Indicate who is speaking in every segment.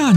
Speaker 1: 大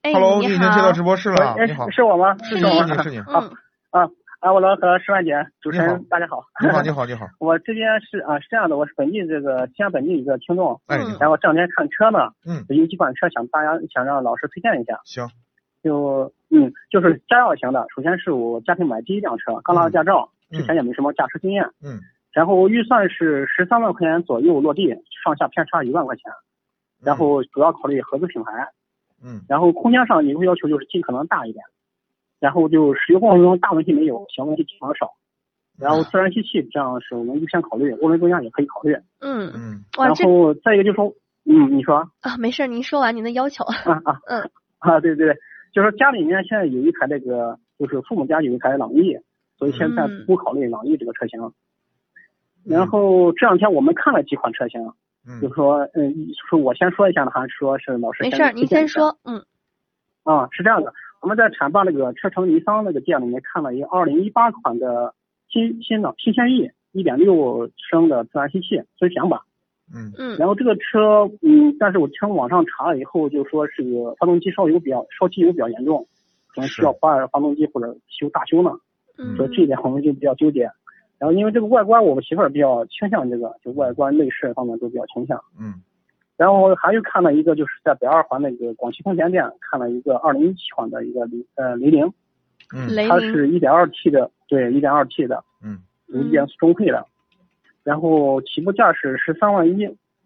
Speaker 2: 哎，
Speaker 3: Hello，
Speaker 2: 你
Speaker 3: 您
Speaker 2: 好，
Speaker 3: 接到直播室了，
Speaker 4: 喂
Speaker 3: 啊你好，
Speaker 4: 是我吗？
Speaker 2: 是
Speaker 3: 是
Speaker 2: 你
Speaker 3: 你
Speaker 2: 吗
Speaker 3: 是你是你，
Speaker 2: 嗯，
Speaker 4: 啊，我老和十万姐主持
Speaker 3: 你好
Speaker 4: 人大家好。
Speaker 3: 你好你好你好，
Speaker 4: 我这边是啊，是这样的，我是本地这个西安本地一个听众，
Speaker 3: 哎你好，
Speaker 4: 然后这两天看车呢，
Speaker 3: 嗯，
Speaker 4: 有几款车想大家想让老师推荐一下，
Speaker 3: 行，
Speaker 4: 就嗯，就是家用型的。首先是我家庭买第一辆车，刚拿到驾照，
Speaker 3: 嗯
Speaker 4: 之前也没什么驾车经验，
Speaker 3: 嗯，
Speaker 4: 然后预算是十三万块钱左右落地，上下偏差一万块钱，然后主要考虑合资品牌，
Speaker 3: 嗯
Speaker 4: 然后空间上你会要求就是尽可能大一点，然后就使用过程中大问题没有，小问题比较少。然后自然吸气这样是我们优先考虑，涡轮增压也可以考虑。
Speaker 2: 嗯，
Speaker 3: 嗯
Speaker 2: 哇，
Speaker 4: 然
Speaker 2: 这
Speaker 4: 后再一个就是说，嗯，你说啊
Speaker 2: 啊，没事儿，您说完您的要 求，
Speaker 4: 啊
Speaker 2: 嗯
Speaker 4: 啊，对对对，就是说家里面现在有一台这个，就是父母家有一台朗逸，所以现在
Speaker 2: 嗯
Speaker 4: 不考虑朗逸这个车型。然后这两天我们看了几款车型，
Speaker 3: 嗯
Speaker 4: 就是说，嗯，就是我先说一下呢，还是说是老师
Speaker 2: 没事儿，
Speaker 4: 推
Speaker 2: 您
Speaker 4: 荐
Speaker 2: 先
Speaker 4: 一下
Speaker 2: 说，嗯
Speaker 4: 啊，是这样的，我们在浐灞那个车城尼桑那个店里面看了一个二零一八款的新新的新轩逸，一点六升的自然吸气尊享版。
Speaker 3: 嗯
Speaker 2: 嗯
Speaker 4: 然后这个车，嗯，但是我听网上查了以后，就说是个发动机烧油比较烧机油比较严重，可能需要
Speaker 3: 是
Speaker 4: 换发动机或者修大修呢。
Speaker 2: 嗯
Speaker 4: 所以这一点我们就比较纠结。然后因为这个外观，我们媳妇儿比较倾向这个，就外观内饰方面都比较倾向。
Speaker 3: 嗯
Speaker 4: 然后还又看了一个，就是在北二环那个广汽丰田店看了一个二零一七款的一个雷呃雷凌，
Speaker 3: 嗯
Speaker 2: 雷
Speaker 4: 它
Speaker 2: 凌，
Speaker 4: 是一点二 T 的，对，一点二 T 的，
Speaker 3: 嗯
Speaker 4: 有一点中配的，然后起步价是十三万一，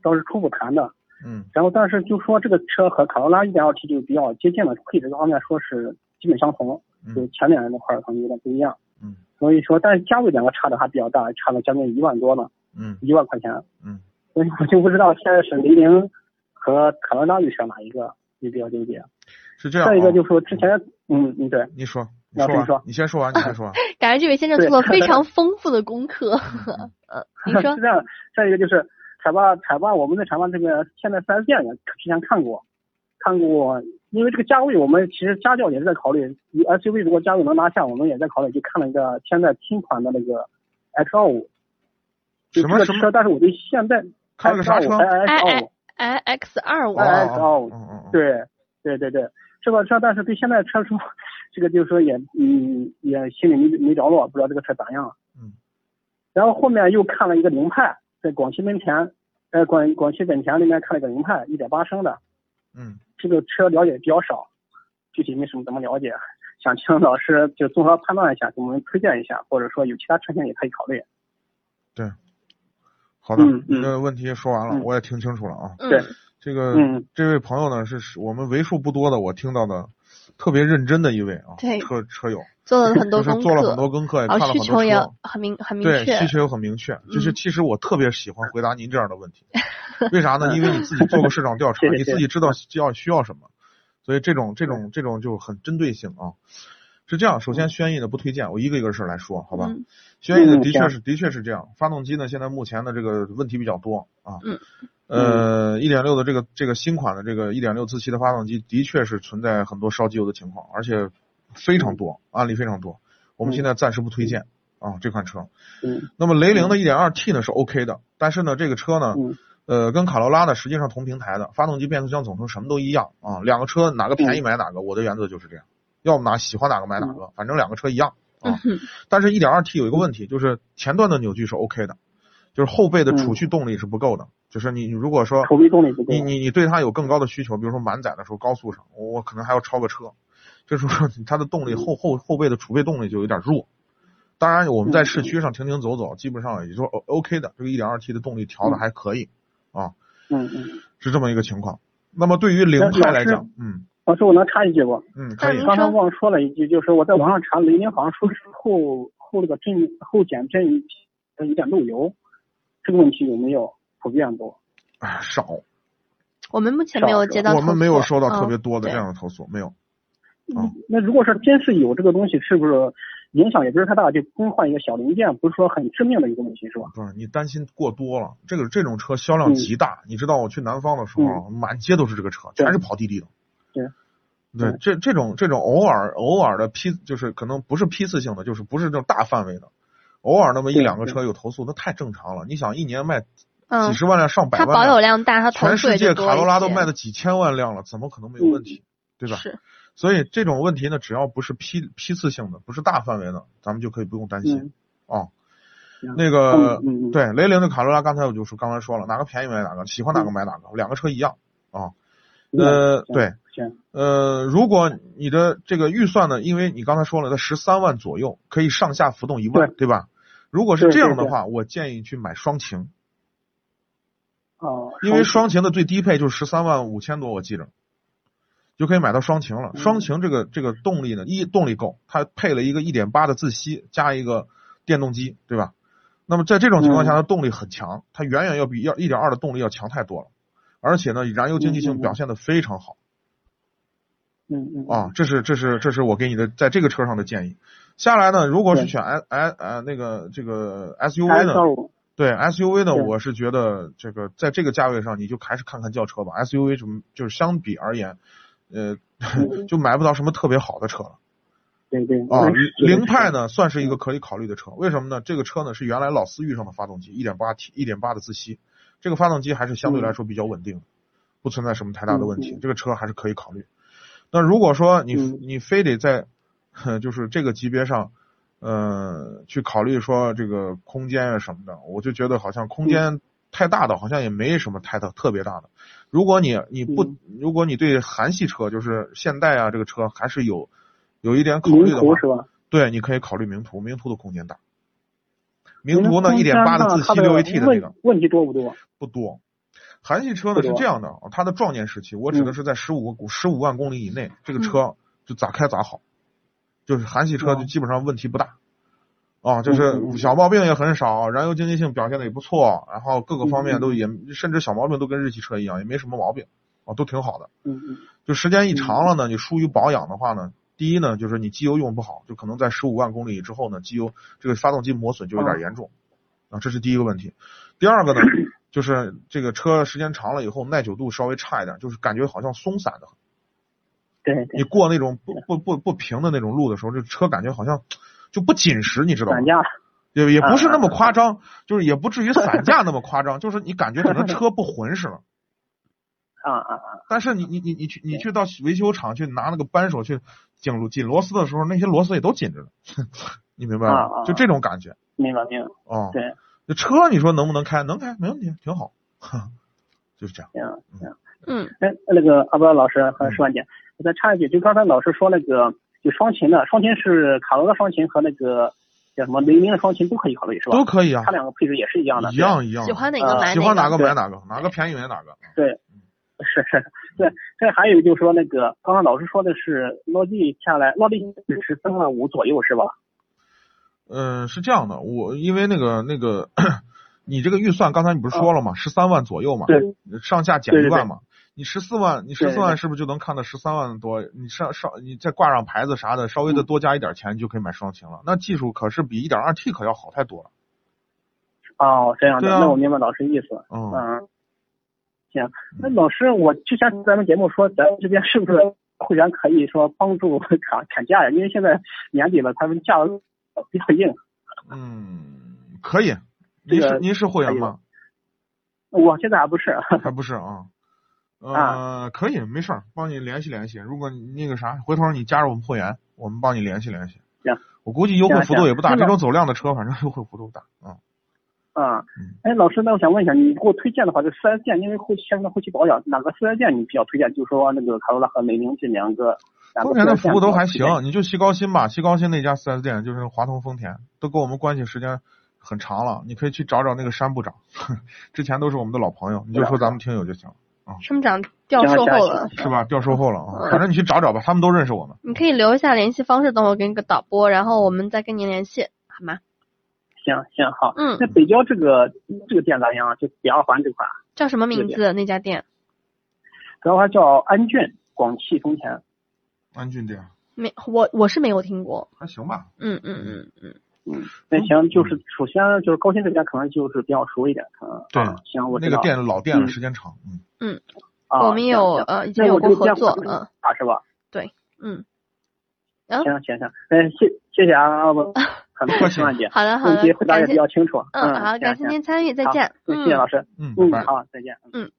Speaker 4: 当时初步谈的。
Speaker 3: 嗯
Speaker 4: 然后但是就说这个车和卡罗拉一点二 T 就比较接近了，配置方面说是基本相同，就
Speaker 3: 嗯
Speaker 4: 前脸那块儿可能有点不一样。
Speaker 3: 嗯，
Speaker 4: 所以说，但是价位两个差的还比较大，差了将近一万多呢，
Speaker 3: 嗯
Speaker 4: 一万块钱。
Speaker 3: 嗯，
Speaker 4: 所以我就不知道现在是雷凌和卡罗拉里选哪一个，就比较纠结。
Speaker 3: 是这样，啊
Speaker 4: 再一个就是说之前，嗯嗯对，
Speaker 3: 你说，你
Speaker 4: 老师
Speaker 3: 说
Speaker 4: 说
Speaker 3: 完，你先说啊完，你先 说完，
Speaker 2: 感觉这位先生
Speaker 4: 对
Speaker 2: 做 了非常丰富的功课，
Speaker 3: 嗯
Speaker 2: 呃，您
Speaker 4: 是
Speaker 2: 说，
Speaker 4: 这样。再一个就是海坝海坝，我们在海坝这个现在四 S 店也之前看过，看过，因为这个价位我们其实家教也是在考虑一，SUV 如果价位能拿下，我们也在考虑，就看了一个现在新款的那个 X 二五，就
Speaker 3: 什
Speaker 4: 这
Speaker 3: 么
Speaker 4: 个
Speaker 3: 什么
Speaker 4: 车，但是我对现在
Speaker 3: 看了个啥车
Speaker 4: X 二五。
Speaker 2: 哎 X 二五
Speaker 3: 哦，
Speaker 4: 哎
Speaker 3: 哦哦哦，
Speaker 4: 对对对对，这款车，但是对现在车主，这个就是说也嗯也心里没没着落，不知道这个车咋样。
Speaker 3: 嗯。
Speaker 4: 然后后面又看了一个凌派，在广汽本田，呃广广汽本田里面看了一个凌派，一点八升的，
Speaker 3: 嗯
Speaker 4: 这个车了解比较少，具体没什么怎么了解，想请老师就综合判断一下，给我们推荐一下，或者说有其他车型也可以考虑。
Speaker 3: 好的
Speaker 4: 嗯，嗯
Speaker 3: 你的问题说完了，
Speaker 4: 嗯
Speaker 3: 我也听清楚了啊，
Speaker 2: 嗯
Speaker 4: 对
Speaker 3: 这个
Speaker 4: 嗯
Speaker 3: 这位朋友呢，是是我们为数不多的我听到的特别认真的一位啊，
Speaker 2: 对
Speaker 3: 车车友，
Speaker 2: 做了很多
Speaker 3: 就是
Speaker 2: 功
Speaker 3: 做了很多
Speaker 2: 课，
Speaker 3: 功课，也
Speaker 2: 然
Speaker 3: 看
Speaker 4: 哦
Speaker 3: 了
Speaker 2: 后
Speaker 3: 很
Speaker 2: 需求
Speaker 3: 多
Speaker 2: 也
Speaker 3: 车。
Speaker 2: 很明很明
Speaker 3: 对，
Speaker 2: 确
Speaker 3: 需，求也很明确。就是
Speaker 2: 嗯
Speaker 3: 其实我特别喜欢回答您这样的问 题，为啥呢？因为你自己做过市场调查，
Speaker 4: 谢谢
Speaker 3: 你自己知道需要需要什么，所以这种这种这种就很针对性啊。是这样，首先轩逸的不推荐，我一个一个事儿来说，好吧？
Speaker 2: 嗯
Speaker 3: 轩逸的
Speaker 4: 嗯
Speaker 3: 的确
Speaker 4: 行
Speaker 3: 是的确是这样，发动机呢现在目前的这个问题比较多啊。
Speaker 2: 嗯。
Speaker 3: 呃，一点六的这个这个新款的这个一点六自吸的发动机，的确是存在很多烧机油的情况，而且非常多，案例非常多。我们
Speaker 4: 嗯
Speaker 3: 现在暂时不推荐啊这款车。
Speaker 4: 嗯
Speaker 3: 那么雷凌的 1.2T 呢是 OK 的，但是呢这个车呢，
Speaker 4: 嗯
Speaker 3: 呃，跟卡罗拉呢实际上同平台的，发动机、变速箱、总成什么都一样啊。两个车哪个
Speaker 4: 嗯
Speaker 3: 便宜买哪个，我的原则就是这样，要么拿喜欢哪个买哪个，反正两个车一样啊。
Speaker 2: 嗯哼
Speaker 3: 但是 1.2T 有一个问题，就是前段的扭矩是 OK 的，就是后备的储
Speaker 4: 嗯
Speaker 3: 蓄动力是不够的，就是你你如果说
Speaker 4: 口碑动力不够
Speaker 3: 啊你。你你对它有更高的需求，比如说满载的时候高速上，我我可能还要超个车，这时 候它的动力
Speaker 2: 嗯
Speaker 3: 后后后备的储备动力就有点弱。当然，我
Speaker 2: 嗯
Speaker 3: 们在市区上停停走走，基本上也就 O OK 的，这个 1.2T 的动力调的还可以，
Speaker 4: 嗯嗯，
Speaker 3: 是这么一个情况。那么对于凌派来讲，嗯
Speaker 4: 老师，我能插一句不？
Speaker 3: 嗯，可
Speaker 2: 但
Speaker 3: 以
Speaker 2: 是
Speaker 3: 啊，
Speaker 4: 刚才忘说了一句，就是我在网上查雷凌好像说是后后这个震后减震呃有点漏油，这个问题有没有普遍多？
Speaker 3: 哎少
Speaker 2: 我们目前没有
Speaker 4: 少
Speaker 2: 接到投
Speaker 3: 我
Speaker 2: 诉，
Speaker 3: 们没有收到特别
Speaker 2: 嗯
Speaker 3: 多的
Speaker 2: 对
Speaker 3: 这样的投诉，没有。嗯
Speaker 4: 那如果说真是有这个东西，是不是影响也不是太大？就更换一个小零件，不是说很致命的一个问题，是吧？
Speaker 3: 不是你担心过多了，这个这种车销
Speaker 4: 嗯
Speaker 3: 量极大。你知道我去南方的时候，啊满街都是这个车，
Speaker 4: 对
Speaker 3: 全是跑地利的。
Speaker 4: 对，
Speaker 3: 对，
Speaker 4: 对
Speaker 3: 这这种这种偶尔偶尔的批，就是可能不是批次性的，就是不是这种大范围的，偶尔那么一
Speaker 4: 对
Speaker 3: 两个
Speaker 4: 对
Speaker 3: 车有投诉，那太正常了。你想一年卖几
Speaker 2: 嗯，
Speaker 3: 十万辆、上百
Speaker 2: 它
Speaker 3: 万
Speaker 2: 保
Speaker 3: 辆，
Speaker 2: 有量大，它投
Speaker 3: 全
Speaker 2: 诉也
Speaker 3: 世界
Speaker 2: 就多
Speaker 3: 卡
Speaker 2: 一
Speaker 3: 罗拉都
Speaker 2: 些
Speaker 3: 卖了几千万辆了，怎么可能没有
Speaker 4: 嗯
Speaker 3: 问题？对吧？
Speaker 2: 是，
Speaker 3: 所以这种问题呢，只要不是批批次性的，不是大范围的，咱们就可以不用担心
Speaker 4: 嗯，
Speaker 3: 啊
Speaker 4: 行。
Speaker 3: 那个，
Speaker 4: 嗯嗯嗯
Speaker 3: 对，雷凌的卡罗拉，刚才我就说，刚才说了，哪个便宜买哪个，喜欢
Speaker 4: 嗯
Speaker 3: 哪个买哪个，两个车一样啊。呃，
Speaker 4: 行
Speaker 3: 对，，
Speaker 4: 嗯行，
Speaker 3: 呃，如果你的这个预算呢，因为你刚才说了，在十三万左右，可以上下浮动一万，对吧？如果是
Speaker 4: 对
Speaker 3: 这样的
Speaker 4: 对对
Speaker 3: 话，我建议去买双擎，
Speaker 4: 哦，
Speaker 3: 因为双擎的最低配就是十三万五千多，我记着，就可以买到双擎了。
Speaker 4: 嗯
Speaker 3: 双擎这个这个动力呢，一动力够，它配了一个一点八的自吸加一个电动机，对吧？那么在这种情况下，
Speaker 4: 嗯
Speaker 3: 它动力很强，它远远要比要一点二的动力要强太多了，而且呢，燃油经济性
Speaker 4: 嗯嗯嗯
Speaker 3: 表现的非常好
Speaker 4: 嗯嗯
Speaker 3: 啊，这是这是这是我给你的在这个车上的建议。下来呢，如果是
Speaker 4: 对
Speaker 3: 选 S S 呃那个这个
Speaker 4: ，S
Speaker 3: SUV 呢，
Speaker 4: 二五，
Speaker 3: 对 SUV 呢，
Speaker 4: 对
Speaker 3: 我是觉得这个在这个价位上，你就还是看看轿车吧。SUV 什么就是相比而言，呃，
Speaker 4: 嗯
Speaker 3: 就买不到什么特别好的车了
Speaker 4: 对对
Speaker 3: 啊。凌派
Speaker 4: 呢？
Speaker 3: 呢，算是一个可以考虑的车。为什么呢？这个车呢是原来老思域上的发动机，一点八 T，一点八的自吸，这个发动机还是相对来说比较稳定的，不存在什么太大的问题
Speaker 4: 嗯嗯。嗯
Speaker 3: 这个车还是可以考虑。那如果说你
Speaker 4: 嗯
Speaker 3: 你非得在就是这个级别上，呃，去考虑说这个空间啊什么的，我就觉得好像
Speaker 4: 嗯
Speaker 3: 空间太大的，好像也没什么太大特别大的。如果你你不、
Speaker 4: 嗯
Speaker 3: 如果你对韩系车就是现代啊这个车还是有有一点考虑
Speaker 4: 名
Speaker 3: 的
Speaker 4: 图
Speaker 3: 话，
Speaker 4: 是吧？
Speaker 3: 对，你可以考虑名图，名图的空间大。名图呢，一点八的
Speaker 4: 那
Speaker 3: 自
Speaker 4: 它
Speaker 3: 吸六 AT 的那个
Speaker 4: 问问题多不多？
Speaker 3: 不多。韩系车
Speaker 4: 不
Speaker 3: 呢是
Speaker 4: 多
Speaker 3: 这样的，啊它的壮年时期，我指的
Speaker 4: 嗯
Speaker 3: 是在十五个十五万公里以内，这个车就咋开咋好，就是韩系车就
Speaker 4: 哦
Speaker 3: 基本上问题不大。啊，就是
Speaker 4: 嗯嗯嗯
Speaker 3: 小毛病也很少，燃油经济性表现的也不错，然后各个方面都
Speaker 4: 嗯嗯
Speaker 3: 也，甚至小毛病都跟日系车一样，也没什么毛病，啊，都挺好的。
Speaker 4: 嗯嗯
Speaker 3: 就时间一长了呢，你疏于保养的话呢，第一呢，就是你机油用不好，就可能在十五万公里之后呢，机油这个发动机磨损就有
Speaker 4: 嗯
Speaker 3: 点严重，啊，这是第一个问题。第二个 呢，就是这个车时间长了以后耐久度稍微差一点，就是感觉好像松散的很。
Speaker 4: 对
Speaker 3: 你
Speaker 4: 对，
Speaker 3: 过那种不不不不平的那种路的时候，这车感觉好像就不紧实，你知道吗
Speaker 4: 散？架
Speaker 3: 也也不是那么
Speaker 4: 啊啊啊
Speaker 3: 夸张，就是也不至于散架那么夸张，就是你感觉 可能车不浑实了。
Speaker 4: 啊啊啊！
Speaker 3: 但是你你你你去你
Speaker 4: 对
Speaker 3: 去到维修厂去拿那个扳手去紧螺紧螺丝的时候，那些螺丝也都紧着呢， 你明白吗？
Speaker 4: 啊啊
Speaker 3: 就这种感觉
Speaker 4: 明白明白，
Speaker 3: 啊。
Speaker 4: 对，
Speaker 3: 这车你说能不能开？能开，没问题，挺好， 就是这样。
Speaker 4: 行行。
Speaker 2: 嗯，
Speaker 4: 哎，那个阿波老师和
Speaker 3: 嗯
Speaker 4: 舒婉姐，我再插一句，就刚才老师说那个就双擎的，双擎是卡罗拉双擎和那个叫什么雷凌的双擎都可以考虑是吧
Speaker 3: 都？可以啊
Speaker 4: 它，两个配置也是一样的。
Speaker 3: 一样一样，
Speaker 2: 喜欢哪
Speaker 4: 呃
Speaker 2: 个买
Speaker 3: 喜欢哪个买
Speaker 4: 对
Speaker 3: 哪个，哪个便宜买哪个。
Speaker 4: 对。是是，对，这还有一个就是说那个，刚刚老师说的是落地下来，落地是十三万五左右是吧？
Speaker 3: 嗯，是这样的，我因为那个那个，你这个预算刚才你不是说了吗？十三万左右嘛，
Speaker 4: 哦对，
Speaker 3: 上下减一
Speaker 4: 对对
Speaker 3: 万
Speaker 4: 对
Speaker 3: 嘛。你十四万，你十
Speaker 4: 对
Speaker 3: 四
Speaker 4: 对
Speaker 3: 万是不是就能看到十三万多？你上上你再挂上牌子啥的，稍微
Speaker 4: 嗯
Speaker 3: 的多加一点钱，你就可以买双擎了。那技术可是比一点二 T 可要好太多了。
Speaker 4: 哦，这样的，
Speaker 3: 对啊
Speaker 4: 那我明白老师意思。
Speaker 3: 嗯，
Speaker 4: 嗯，行，那老师，我之前咱们节目说，咱们这边是不是会员可以说帮助 砍砍价呀？因为现在年底了，他们价格比较硬。
Speaker 3: 嗯，可以。
Speaker 4: 这
Speaker 3: 您
Speaker 4: 个
Speaker 3: 是您是会员
Speaker 4: 可以
Speaker 3: 吗？
Speaker 4: 我现在还不是，
Speaker 3: 还不是啊。呃
Speaker 4: 啊，
Speaker 3: 可以，没事儿，帮你联系联系。如果你那个啥，回头你加入我们会员，我们帮你联系联系。
Speaker 4: 行，
Speaker 3: 我估计优惠
Speaker 4: 行
Speaker 3: 幅
Speaker 4: 行
Speaker 3: 度也不大，
Speaker 4: 那
Speaker 3: 这
Speaker 4: 老
Speaker 3: 种走量的车反正优惠幅度不大。嗯，
Speaker 4: 啊
Speaker 3: 嗯，
Speaker 4: 哎，老师，那我想问一下，你给我推荐的话，这四 S 店，因为后期相关后期保养，哪个四 S 店你比较推荐？就说那个卡罗拉和雷凌这两个，哪个
Speaker 3: 丰田的服务都还
Speaker 4: 4S 店比较推荐。
Speaker 3: 行，你就西高新吧，西高新那家 4S 店就是华通丰田，都跟我们关系时间很长了，你可以去找找那个山部长， 之前都是我们的老朋友，你就说咱们听友就行，
Speaker 2: 生长掉
Speaker 4: 行
Speaker 2: 售
Speaker 4: 行
Speaker 2: 后
Speaker 4: 行啊
Speaker 2: 了，
Speaker 3: 是吧？掉售后了啊，反正你去找找吧，他们都认识我们。
Speaker 2: 你可以留一下联系方式，等我给你个导播，然后我们再跟您联系，好吗？
Speaker 4: 行啊行好，
Speaker 2: 嗯
Speaker 4: 啊那北郊这个这个店咋样啊？就北二环这块，
Speaker 2: 叫什么
Speaker 4: 对
Speaker 2: 名
Speaker 4: 的
Speaker 2: 字？那家店？
Speaker 4: 然后还叫安骏，广汽丰田。
Speaker 3: 安骏店
Speaker 2: 没，我我是没有听过。
Speaker 3: 还行吧，
Speaker 2: 嗯嗯嗯嗯，
Speaker 4: 嗯，那行，就是首先就是高鑫这家可能就是比较熟一点，可能
Speaker 3: 对
Speaker 4: 啊行，我
Speaker 3: 那
Speaker 4: 知
Speaker 3: 个
Speaker 4: 道
Speaker 3: 店老店了，
Speaker 4: 嗯
Speaker 3: 时间长，嗯，
Speaker 4: 啊，
Speaker 2: 我们有
Speaker 4: 行行
Speaker 2: 呃已经
Speaker 4: 那
Speaker 2: 有
Speaker 4: 我这
Speaker 2: 过
Speaker 4: 个
Speaker 2: 合
Speaker 4: 电
Speaker 2: 作
Speaker 4: 话，
Speaker 2: 嗯
Speaker 4: 啊是吧？
Speaker 2: 嗯，啊
Speaker 4: 行行行，嗯，谢谢谢啊，不， 很
Speaker 3: 客
Speaker 4: 多
Speaker 3: 气
Speaker 4: 谢万姐，
Speaker 2: 好的好
Speaker 4: 问题
Speaker 2: 的，
Speaker 4: 回答
Speaker 2: 感
Speaker 4: 也
Speaker 2: 谢
Speaker 4: 比，较清楚，
Speaker 2: 嗯好，
Speaker 4: 行
Speaker 2: 感谢
Speaker 4: 行
Speaker 2: 您参与，再
Speaker 4: 好
Speaker 2: 见。
Speaker 4: 嗯谢谢
Speaker 2: 嗯
Speaker 4: 老师，
Speaker 3: 嗯，
Speaker 4: 嗯，
Speaker 3: 拜。
Speaker 4: 好，再见，嗯。
Speaker 2: 嗯。